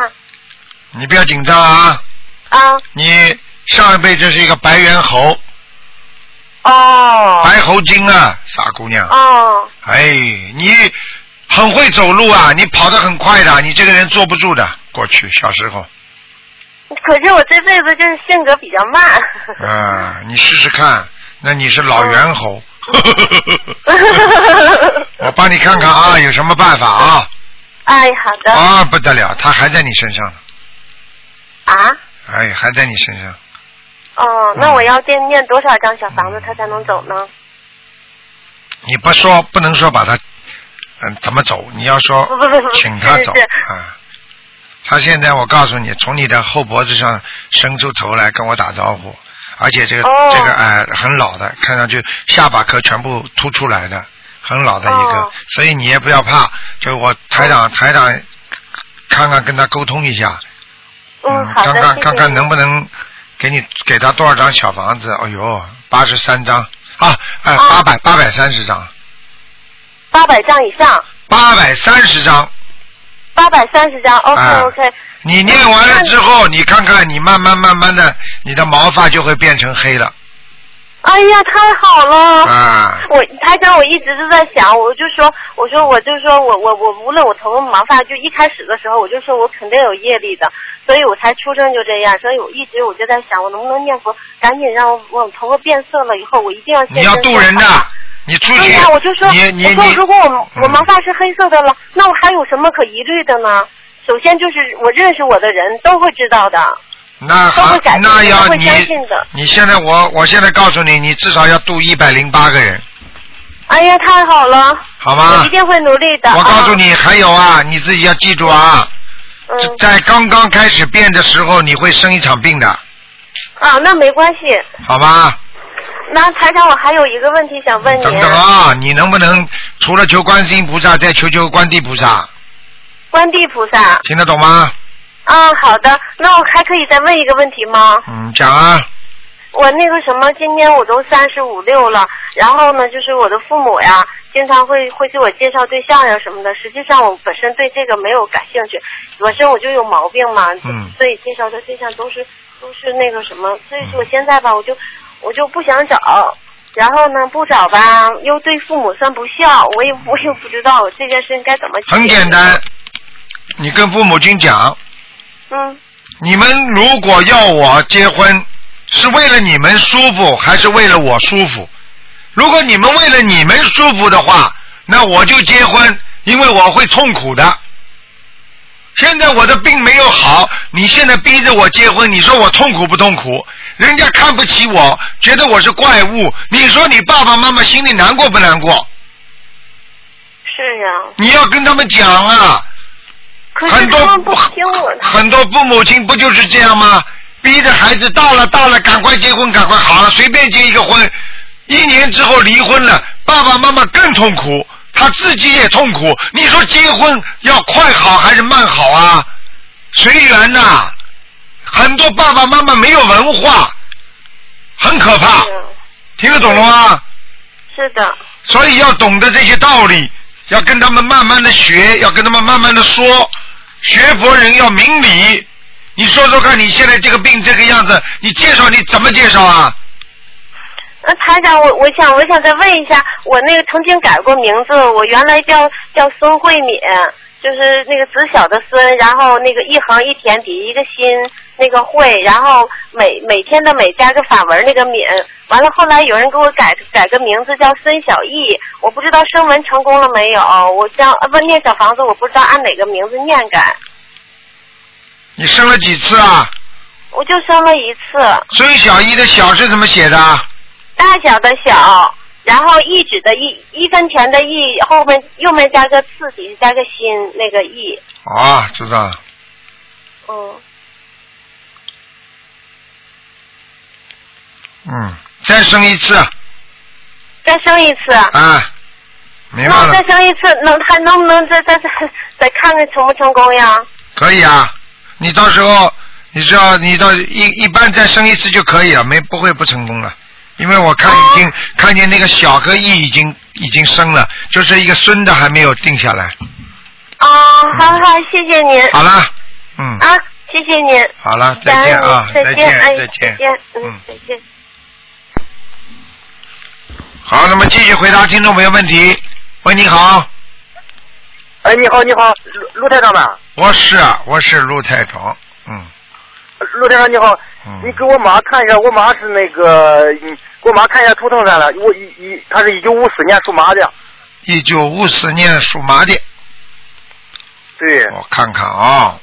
Speaker 1: 你不要紧张啊，
Speaker 2: 啊？
Speaker 1: 你上一辈子是一个白猿猴，
Speaker 2: 哦
Speaker 1: 白猴精啊，傻姑娘，
Speaker 2: 哦
Speaker 1: 哎，你很会走路啊，你跑得很快的，你这个人坐不住的。过去小时候，
Speaker 2: 可是我这辈子就是性格比较慢。
Speaker 1: 啊，你试试看，那你是老猿猴。我帮你看看啊，有什么办法啊？
Speaker 2: 哎，好的
Speaker 1: 啊，不得了，他还在你身上呢，
Speaker 2: 啊。
Speaker 1: 哎，还在你身上。
Speaker 2: 哦，
Speaker 1: 嗯
Speaker 2: 那我要念念多少张小房子，他才能走呢？
Speaker 1: 你不说，不能说把他，嗯，怎么走？你要说
Speaker 2: 不不不不
Speaker 1: 请他走
Speaker 2: 是是
Speaker 1: 啊。他现在我告诉你，从你的后脖子上伸出头来跟我打招呼，而且这个、
Speaker 2: 哦
Speaker 1: 这个哎、很老的，看上去下巴颏全部凸出来的，很老的一个，
Speaker 2: 哦
Speaker 1: 所以你也不要怕，就我台长、台长看看跟他沟通一下，
Speaker 2: 嗯，好
Speaker 1: 看
Speaker 2: 的，
Speaker 1: 看
Speaker 2: 谢谢
Speaker 1: 看看
Speaker 2: 你
Speaker 1: 能不能给你给他多少张小房子？哎呦，八十三张啊，哎
Speaker 2: 哦
Speaker 1: 八百八百三十张。
Speaker 2: 八百张以上，
Speaker 1: 八百三十张。
Speaker 2: 八百三十张
Speaker 1: 啊
Speaker 2: ，OK OK。
Speaker 1: 你念完了之
Speaker 2: 哎
Speaker 1: 后，你看看，你慢慢慢慢的，你的毛发就会变成黑了
Speaker 2: 哎呀，太好了！
Speaker 1: 啊！
Speaker 2: 我台长，我一直都在想，我就说，我说，我就说我我我，无论我头发毛发，就一开始的时候，我就说我肯定有业力的，所以我才出生就这样，所以我一直我就在想，我能不能念佛，赶紧让我我头发变色了以后，我一定要现
Speaker 1: 你要
Speaker 2: 身
Speaker 1: 渡
Speaker 2: 说
Speaker 1: 人的
Speaker 2: 法。，
Speaker 1: 你出
Speaker 2: 对哎
Speaker 1: 去
Speaker 2: 呀、，我就说，
Speaker 1: 你你
Speaker 2: 我说
Speaker 1: 你，
Speaker 2: 如果我我
Speaker 1: 嗯
Speaker 2: 毛发是黑色的了，那我还有什么可疑虑的呢？首先就是我认识我的人都会知道的。
Speaker 1: 那
Speaker 2: 都
Speaker 1: 好
Speaker 2: 会改，变
Speaker 1: 那要
Speaker 2: 都会
Speaker 1: 你
Speaker 2: 相信的
Speaker 1: 你现在我我现在告诉你，你至少要渡一百零八个人，
Speaker 2: 哎呀，太好了，
Speaker 1: 好
Speaker 2: 我
Speaker 1: 吗
Speaker 2: 一？定会努力的。
Speaker 1: 我告诉
Speaker 2: 啊，
Speaker 1: 你，还有啊，你自己要记住啊，
Speaker 2: 嗯
Speaker 1: 这在刚刚开始变的时候，你会生一场病的，
Speaker 2: 啊，那没关系。
Speaker 1: 好吗？
Speaker 2: 那台长，我还有一个问题想问您。
Speaker 1: 等等啊，你能不能除了求观世音菩萨，再求求观地菩萨？
Speaker 2: 观地菩萨。
Speaker 1: 听得懂吗？
Speaker 2: 啊，好的。那我还可以再问一个问题吗？
Speaker 1: 嗯，讲啊，
Speaker 2: 我我那个什么，今年我都三十五六了，然后呢，就是我的父母呀，经常会会给我介绍对象呀什么的。实际上我本身对这个没有感兴趣，本身我就有毛病嘛，
Speaker 1: 嗯
Speaker 2: 所以介绍的对象都是都是那个什么，所以说我现在吧，我就我就不想找。然后呢，不找吧，又对父母算不孝，我也我也不知道这件事情该怎么。
Speaker 1: 很简。单，你跟父母亲讲，
Speaker 2: 嗯，
Speaker 1: 你们如果要我结婚，是为了你们舒服，还是为了我舒服？如果你们为了你们舒服的话，那我就结婚，因为我会痛苦的。现在我的病没有好，你现在逼着我结婚，你说我痛苦不痛苦？人家看不起我，觉得我是怪物，你说你爸爸妈妈心里难过不难过？
Speaker 2: 是呀、
Speaker 1: 你要跟他们讲啊。
Speaker 2: 可是
Speaker 1: 很多
Speaker 2: 他们不听我的。
Speaker 1: 很多父母亲不就是这样吗？逼着孩子大了大了，赶快结婚，赶快好了，随便结一个婚，一年之后离婚了，爸爸妈妈更痛苦，他自己也痛苦。你说结婚要快好还是慢好啊？随缘呐、很多爸爸妈妈没有文化，很可怕
Speaker 2: 是，呀
Speaker 1: 听得懂了吗？
Speaker 2: 是的。
Speaker 1: 所以要懂得这些道理，要跟他们慢慢的学，要跟他们慢慢的说。学佛人要明理。你说说看，你现在这个病这个样子，你介绍你怎么介绍啊？
Speaker 2: 那台长，我我想我想再问一下，我那个曾经改过名字，我原来叫叫孙慧敏，就是那个子小的孙，然后那个一横一田底一个心，那个慧，然后每每天的每加个反文那个敏，完了后来有人给我改改个名字叫孙小艺，我不知道声纹成功了没有，我将呃不念小房子，我不知道按哪个名字念改，
Speaker 1: 你生了几次啊？
Speaker 2: 我就生了一次，
Speaker 1: 孙小一的小是怎么写的啊？
Speaker 2: 大小的小，然后一指的一，一分钱的一，后面右面加个次底下加个心，那个一，
Speaker 1: 啊，知道了。
Speaker 2: 嗯，
Speaker 1: 嗯，再生一次
Speaker 2: 再生一次，
Speaker 1: 啊，明白
Speaker 2: 那我
Speaker 1: 了
Speaker 2: 再，生一次，能还能不能再 再再再看看成不成功呀？
Speaker 1: 可以啊。你到时候，你知道，你到一一般再生一次就可以了，没不会不成功了。因为我看已经、看见那个小和义已经已经生了，就是一个孙的还没有定下来。
Speaker 2: 啊，好好，谢谢您
Speaker 1: 好了，嗯，
Speaker 2: 啊，谢谢您，
Speaker 1: 好了，再
Speaker 2: 感恩
Speaker 1: 见啊
Speaker 2: 您，
Speaker 1: 再
Speaker 2: 再见，哎，
Speaker 1: 再见，
Speaker 2: 再见，嗯
Speaker 1: 嗯，，
Speaker 2: 再见。
Speaker 1: 好，那么继续回答听众朋友问题。喂，你好，
Speaker 6: 哎，你好，你好，陆陆台长吧？
Speaker 1: 我是啊我是陆太长，嗯
Speaker 6: 陆台长你好，
Speaker 1: 嗯，
Speaker 6: 你给我妈看一下，我妈是那个，嗯，给我妈看一下图腾上了，我一一，她是一九五四年属马的，
Speaker 1: 一九五四年属马的，
Speaker 6: 对，
Speaker 1: 我看看啊，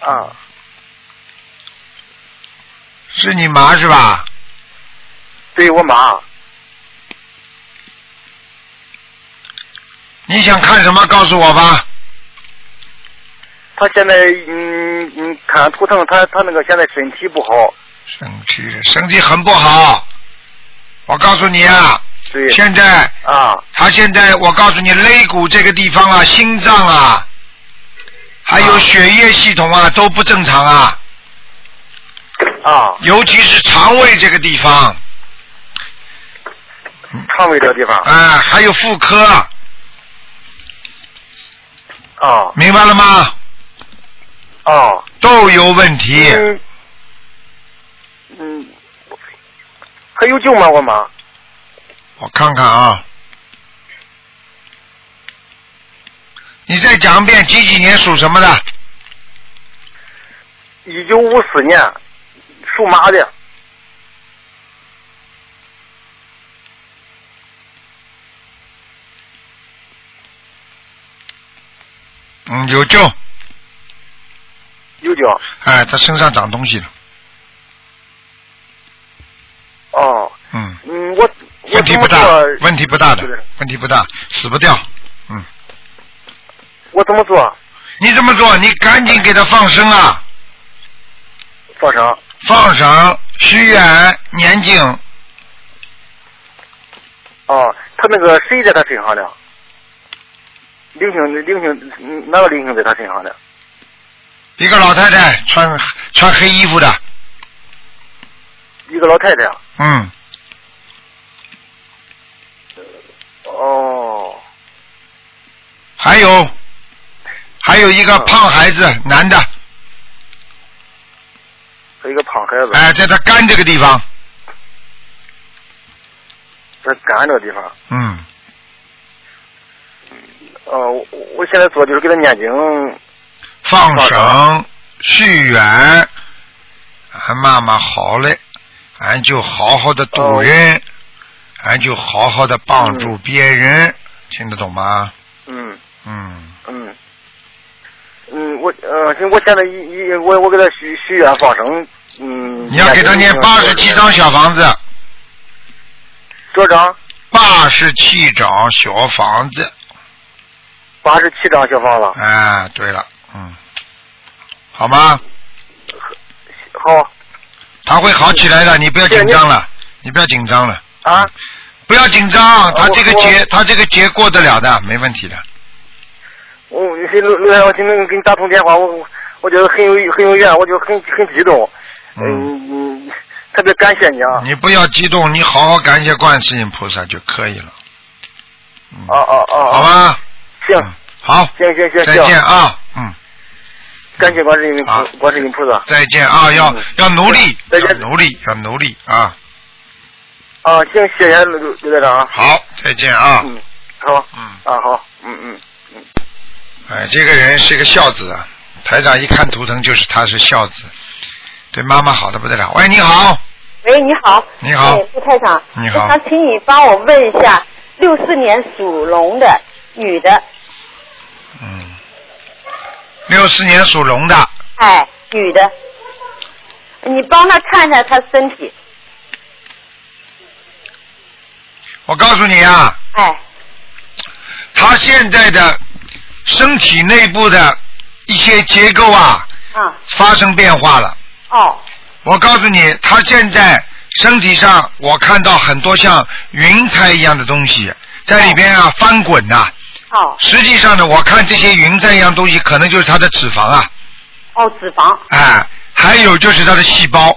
Speaker 6: 啊，
Speaker 1: 是你妈是吧？
Speaker 6: 对我妈，
Speaker 1: 你想看什么？告诉我吧。
Speaker 6: 她现在，嗯嗯，看图腾，她她那个现在身体不好，
Speaker 1: 身体身体很不好，我告诉你啊，
Speaker 6: 对，
Speaker 1: 现在
Speaker 6: 啊，
Speaker 1: 他现在，我告诉你，肋骨这个地方啊，心脏啊，还有
Speaker 6: 啊
Speaker 1: 血液系统啊，都不正常啊，
Speaker 6: 啊，
Speaker 1: 尤其是肠胃这个地方，
Speaker 6: 肠胃这地方
Speaker 1: 啊、，还有妇科，
Speaker 6: 啊
Speaker 1: 明白了吗？
Speaker 6: 啊，
Speaker 1: 都有问题，
Speaker 6: 嗯，嗯，还有救吗？我妈，
Speaker 1: 我看看啊。你再讲一遍，几几年属什么的？
Speaker 6: 一九五四年属马的，
Speaker 1: 嗯，有救，
Speaker 6: 有救。
Speaker 1: 哎，他身上长东西了，
Speaker 6: 哦，
Speaker 1: 嗯。
Speaker 6: 嗯，我我
Speaker 1: 问题
Speaker 6: 怎
Speaker 1: 不
Speaker 6: 么
Speaker 1: 大
Speaker 6: 做？，
Speaker 1: 问题不大的
Speaker 6: 是的，
Speaker 1: 问题不大，死不掉。嗯，
Speaker 6: 我怎么做？
Speaker 1: 你这么做，你赶紧给他放生啊，
Speaker 6: 放生。
Speaker 1: 放生、许愿、念经。
Speaker 6: 哦，他那个谁在他身上呢？灵性，灵性，嗯哪个灵性在他身上呢？
Speaker 1: 一个老太太穿穿黑衣服的，
Speaker 6: 一个老太太啊。
Speaker 1: 嗯，
Speaker 6: 哦，
Speaker 1: 还有还有一
Speaker 6: 嗯
Speaker 1: 个胖孩子，男的，
Speaker 6: 还有一个胖孩子，
Speaker 1: 哎、在他肝这个地方，
Speaker 6: 在肝这个地方。
Speaker 1: 嗯，
Speaker 6: 哦，我我现在做就是给他念经，
Speaker 1: 放生、续缘，俺慢慢哎好嘞，俺就好好的度
Speaker 6: 哦
Speaker 1: 人，俺就好好的帮助别人，听得懂吗？
Speaker 6: 嗯
Speaker 1: 嗯，
Speaker 6: 嗯。嗯，我呃，行我现在一一我我给他许许愿放生，嗯。
Speaker 1: 你要给他念八十七张小房子，
Speaker 6: 多少张？
Speaker 1: 八十七张小房子。
Speaker 6: 八十七张小房子。
Speaker 1: 啊，对了，嗯，好吗？
Speaker 6: 好
Speaker 1: 他会好起来
Speaker 6: 嗯
Speaker 1: 的，你不要紧张了，你不要紧张了，
Speaker 6: 啊，
Speaker 1: 不要紧张，他
Speaker 6: 我
Speaker 1: 这个
Speaker 6: 我
Speaker 1: 劫，他这个劫过得了的，没问题的。
Speaker 6: 我刘刘先生，我今哦天给你打通电话，我我我觉得很有很有缘，我就很很激动，
Speaker 1: 嗯，
Speaker 6: 嗯嗯，特别感谢你啊。
Speaker 1: 你不要激动，你好好感谢观世音菩萨就可以了。嗯，
Speaker 6: 哦哦哦，哦
Speaker 1: 好，吧，
Speaker 6: 行
Speaker 1: 嗯好，
Speaker 6: 行行行
Speaker 1: 再
Speaker 6: 行，
Speaker 1: 见啊，嗯，
Speaker 6: 感谢观世音
Speaker 1: 啊
Speaker 6: 菩观世音菩萨。
Speaker 1: 再见啊，要
Speaker 6: 嗯
Speaker 1: 要努力，
Speaker 6: 再见
Speaker 1: 要努力，要努力啊，
Speaker 6: 啊，行，谢谢刘刘队长啊。
Speaker 1: 好，再见啊，
Speaker 6: 嗯，好
Speaker 1: 嗯。
Speaker 6: 啊，好，嗯嗯。
Speaker 1: 哎，这个人是个孝子啊！台长一看图腾就是他是孝子，对妈妈好的不得了。喂，你好，
Speaker 4: 喂，你好。
Speaker 1: 你好
Speaker 4: 哎，陆台长。
Speaker 1: 你好
Speaker 4: 我想请你帮我问一下，六四年属龙的女的，
Speaker 1: 嗯，六四年属龙的，
Speaker 4: 哎，女的，你帮她看一下她身体，
Speaker 1: 我告诉你啊，
Speaker 4: 哎，
Speaker 1: 他现在的身体内部的一些结构啊
Speaker 4: 啊，
Speaker 1: 发生变化了。
Speaker 4: 哦，
Speaker 1: 我告诉你，他现在身体上我看到很多像云彩一样的东西在里边啊翻滚呐、
Speaker 4: 哦，
Speaker 1: 实际上呢，我看这些云彩一样东西，可能就是他的脂肪啊。
Speaker 4: 哦，脂肪，
Speaker 1: 哎，还有就是它的细胞，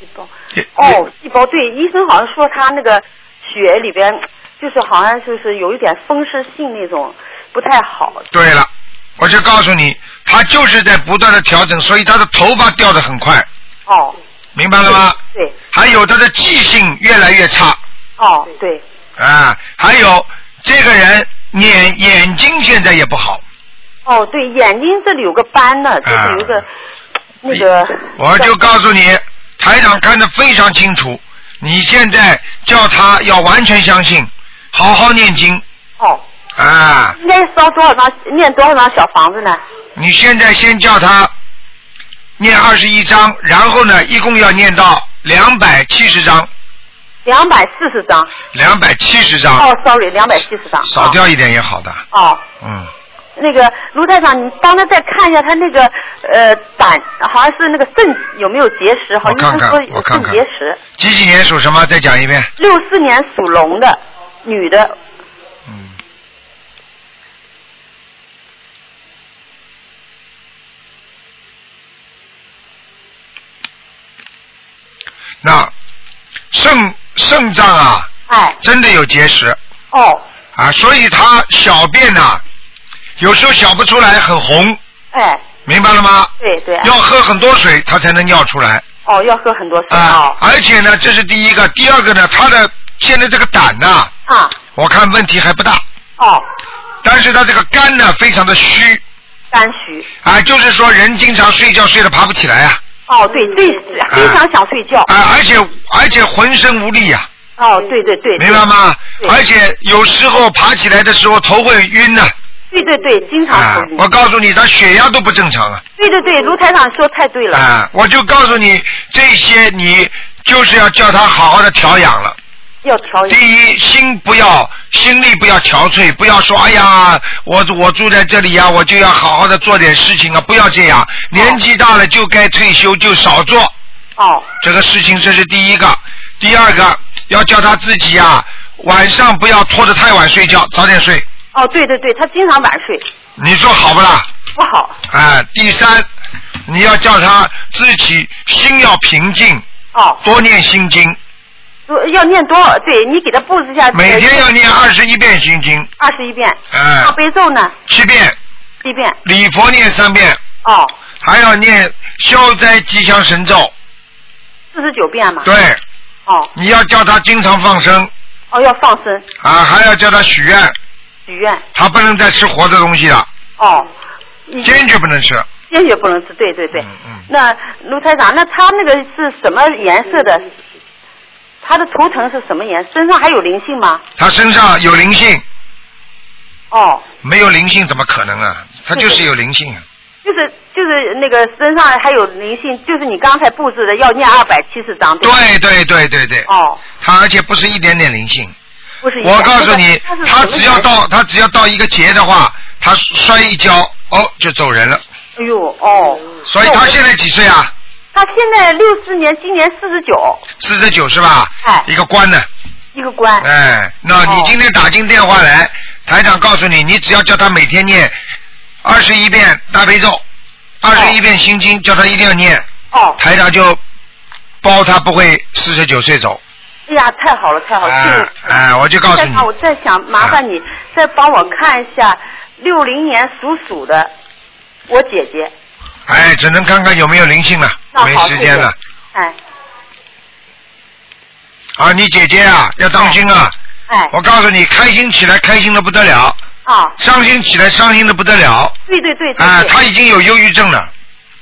Speaker 4: 细胞，
Speaker 1: 也
Speaker 4: 哦，细胞，对，医生好像说她那个血里边就是好像就是有一点风湿性那种，不太好，
Speaker 1: 对了，我就告诉你，它就是在不断的调整，所以它的头发掉的很快，
Speaker 4: 哦，
Speaker 1: 明白了吗？
Speaker 4: 对，
Speaker 1: 还有它的记性越来越差，
Speaker 4: 哦，对，
Speaker 1: 啊，还有这个人眼眼睛现在也不好，
Speaker 4: 哦，对，眼睛这里有个斑呢，就是有一个、
Speaker 1: 啊
Speaker 4: 那个。
Speaker 1: 我就告诉你，台长看得非常清楚，你现在叫他要完全相信，好好念经
Speaker 4: 哦，
Speaker 1: 啊，
Speaker 4: 应该烧多少张？念多少张小房子呢？
Speaker 1: 你现在先叫他念二十一章，然后呢，一共要念到两百七十章，
Speaker 4: 两百四十张。
Speaker 1: 两百七十章，
Speaker 4: 哦，sorry，两百七十张。
Speaker 1: 啊少掉一点也好的，
Speaker 4: 哦。哦，
Speaker 1: 嗯，
Speaker 4: 那个卢台长，你帮他再看一下他那个呃胆，好像是那个肾有没有结石？好
Speaker 1: 我看
Speaker 4: 像
Speaker 1: 看
Speaker 4: 说有
Speaker 1: 我看
Speaker 4: 肾
Speaker 1: 看
Speaker 4: 结石。
Speaker 1: 几几年属什么？再讲一遍，
Speaker 4: 六四年属龙的女的，
Speaker 1: 嗯，那肾肾脏啊，
Speaker 4: 哎，
Speaker 1: 真的有结石
Speaker 4: 哦，
Speaker 1: 啊，所以他小便呐、有时候小不出来，很红。
Speaker 4: 哎，
Speaker 1: 明白了吗？
Speaker 4: 对对，啊
Speaker 1: 要喝很多水，它才能尿出来
Speaker 4: 哦，要喝很多水
Speaker 1: 啊
Speaker 4: 哦。
Speaker 1: 而且呢，这是第一个，第二个呢，他的现在这个胆呐、
Speaker 4: 啊，
Speaker 1: 我看问题还不大，
Speaker 4: 哦，
Speaker 1: 但是他这个肝呢，非常的虚
Speaker 4: 肝虚。
Speaker 1: 啊，就是说人经常睡觉睡得爬不起来啊
Speaker 4: 哦，对，对，非常想睡觉。
Speaker 1: 啊，而且而且浑身无力呀、
Speaker 4: 哦，对对对，对
Speaker 1: 明白？吗？
Speaker 4: 对
Speaker 1: 而且有时候爬起来的时候头会晕呐
Speaker 4: 对对对，经
Speaker 1: 啊
Speaker 4: 常头晕
Speaker 1: 我。告诉你，他血压都不正常啊
Speaker 4: 对对对，卢台长说太对了。
Speaker 1: 啊！我就告诉你，这些你就是要叫他好好的调养了。
Speaker 4: 要调养。
Speaker 1: 第一，心不要心力不要憔悴，不要说哎呀，我我住在这里呀、我就要好好的做点事情啊，不要这样。年纪大了就该退休，就少做
Speaker 4: 哦
Speaker 1: 这个事情，这是第一个。第二个，要叫他自己呀、晚上不要拖得太晚睡觉，早点睡。
Speaker 4: 哦，对对对，他经常晚上睡，
Speaker 1: 你说好不啦？
Speaker 4: 不好。
Speaker 1: 啊，第三，你要叫他自己心要平静，
Speaker 4: 哦，
Speaker 1: 多念心经，
Speaker 4: 多要念多少？对你给他布置一下。
Speaker 1: 每天要念二十一遍心经，
Speaker 4: 二十一遍。
Speaker 1: 哎
Speaker 4: 大悲咒呢？
Speaker 1: 七遍，
Speaker 4: 一遍。
Speaker 1: 礼佛念三遍，
Speaker 4: 哦，
Speaker 1: 还要念消灾吉祥神咒。
Speaker 4: 四十九遍嘛。。
Speaker 1: 对，
Speaker 4: 哦
Speaker 1: 你要叫他经常放生
Speaker 4: 哦，要放生
Speaker 1: 啊，还要叫他许愿，
Speaker 4: 许愿。
Speaker 1: 他不能再吃活的东西了，
Speaker 4: 哦。你
Speaker 1: 坚决不能吃。
Speaker 4: 坚决不能吃，对对对。
Speaker 1: 嗯
Speaker 4: 那卢台长，那他那个是什么颜色的？他的头疼是什么颜？身上还有灵性吗？
Speaker 1: 他身上有灵性，
Speaker 4: 哦，
Speaker 1: 没有灵性怎么可能啊？他就是有灵性啊。
Speaker 4: 就是就是那个身上还有灵性，就是你刚才布置的要念二百七十章。吧
Speaker 1: 对对对对对，
Speaker 4: 哦，
Speaker 1: 他而且不是一点点灵性。
Speaker 4: 不是一样。
Speaker 1: 我告诉你
Speaker 4: 那个，
Speaker 1: 他
Speaker 4: 是什么
Speaker 1: 只要
Speaker 4: 颜色
Speaker 1: 到他只要到一个节的话，他摔一跤哦就走人了。
Speaker 4: 哎呦哦，
Speaker 1: 所以他现在几岁啊？
Speaker 4: 他现在六四年，今年四十九，
Speaker 1: 四十九是吧？
Speaker 4: 哎
Speaker 1: 一个官呢。
Speaker 4: 一个官。
Speaker 1: 哎，那你
Speaker 4: 哦
Speaker 1: 今天打进电话来，台长告诉你，你只要叫他每天念二十一遍大悲咒，二十一遍心经，叫他一定要念，
Speaker 4: 哦，
Speaker 1: 台长就包他不会四十九岁走。
Speaker 4: 哎呀，太好了，太好了，谢谢
Speaker 1: 哎。哎，我就告诉
Speaker 4: 再
Speaker 1: 你啊
Speaker 4: 看，，我再想麻烦你再帮我看一下六零年属鼠的我姐姐。
Speaker 1: 哎，只能看看有没有灵性了，
Speaker 4: 那
Speaker 1: 没
Speaker 4: 好，
Speaker 1: 时间
Speaker 4: 谢谢
Speaker 1: 了。。
Speaker 4: 哎
Speaker 1: 啊，你姐姐啊，要当心啊！
Speaker 4: 哎
Speaker 1: 我告诉你，开心起来开心的不得了，
Speaker 4: 啊，
Speaker 1: 伤心起来伤心的不得了。
Speaker 4: 对对对对
Speaker 1: 啊，
Speaker 4: 对
Speaker 1: 他已经有忧郁症了。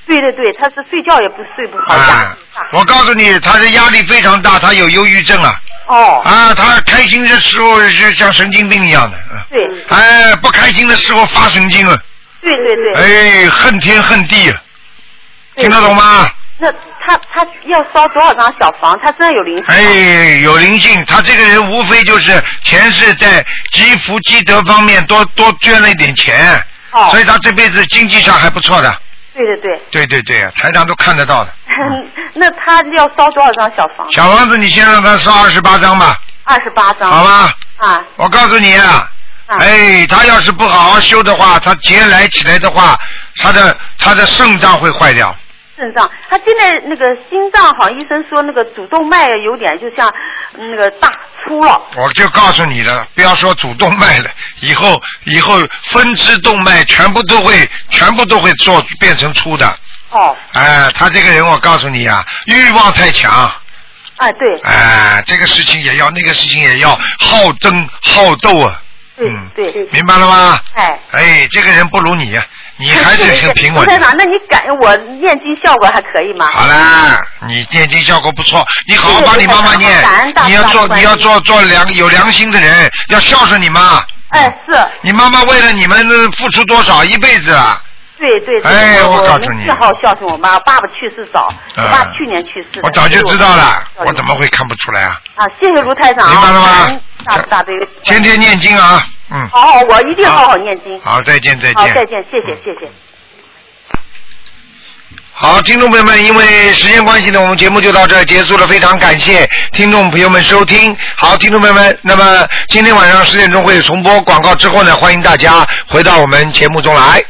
Speaker 4: 对对对，她是睡觉也不睡不好，压
Speaker 1: 啊
Speaker 4: 力大。
Speaker 1: 我告诉你，他的压力非常大，他有忧郁症啊。
Speaker 4: 哦，
Speaker 1: 啊，他开心的时候是像神经病一样的。啊
Speaker 4: 对
Speaker 1: 哎，不开心的时候发神经了，
Speaker 4: 对对对。
Speaker 1: 哎，恨天恨地啊，
Speaker 4: 对
Speaker 1: 听得懂吗？
Speaker 4: 那她她要烧多少张小房？她身上有灵性吗。
Speaker 1: 哎，有灵性，他这个人无非就是前世在积福积德方面多多捐了一点钱，
Speaker 4: 哦
Speaker 1: 所以他这辈子经济上还不错的。
Speaker 4: 对对对。
Speaker 1: 对 对对，台长都看得到的。
Speaker 4: 那她要烧多少张小房？
Speaker 1: 小房子，你先让他烧二十八张吧，
Speaker 4: 二十八张。
Speaker 1: 好吧？
Speaker 4: 啊
Speaker 1: 我告诉你啊，
Speaker 4: 啊。
Speaker 1: 哎，他要是不好好修的话，他劫来起来的话，他的他的肾脏会坏掉。
Speaker 4: 肾脏，他现在那个心脏好像医生说那个主动脉有点就像嗯那个大粗了。
Speaker 1: 我就告诉你了，不要说主动脉了， 以后以后分支动脉全部都会全部都会做变成粗的。
Speaker 4: 哦，
Speaker 1: 哎，他这个人，我告诉你啊，欲望太强，
Speaker 4: 哎对
Speaker 1: 哎，这个事情也要，那个事情也要，好争好斗啊，
Speaker 4: 对、
Speaker 1: 嗯
Speaker 4: 对，
Speaker 1: 明白了吗？
Speaker 4: 哎。
Speaker 1: 哎，这个人不如你，你还是很平稳
Speaker 4: 卢台
Speaker 1: 的。嗯
Speaker 4: 长，那你感我念经效果还可以吗？
Speaker 1: 好啦，你念经效果不错，你好好
Speaker 4: 谢谢
Speaker 1: 帮你妈妈
Speaker 4: 台长感恩
Speaker 1: 念
Speaker 4: 大，慈
Speaker 1: 你要
Speaker 4: 大
Speaker 1: 做
Speaker 4: 悲
Speaker 1: 你要
Speaker 4: 观世音
Speaker 1: 做做良有良心的人，要孝顺你妈。
Speaker 4: 哎，是，
Speaker 1: 你妈妈为了你们呃付出多少一辈子啊！
Speaker 4: 对对对。
Speaker 1: 哎
Speaker 4: 我
Speaker 1: 我告诉你
Speaker 4: 最好孝顺我妈，我爸爸去世早，
Speaker 1: 嗯
Speaker 4: 我爸去年去世的。
Speaker 1: 我早就知道了，
Speaker 4: 所以
Speaker 1: 我怎么会看不出来啊？
Speaker 4: 啊？谢谢卢台长啊，
Speaker 1: 明白了吗
Speaker 4: 感恩大慈大悲。
Speaker 1: 天天念经啊，嗯，
Speaker 4: 好好，我一定好好念经。
Speaker 1: 好，再见再
Speaker 4: 好，
Speaker 1: 见。
Speaker 4: 再见，谢谢谢谢。
Speaker 1: 好，听众朋友们，因为时间关系呢，我们节目就到这儿结束了。非常感谢听众朋友们收听。好，听众朋友们，那么今天晚上十点钟会有重播广告之后呢，欢迎大家回到我们节目中来。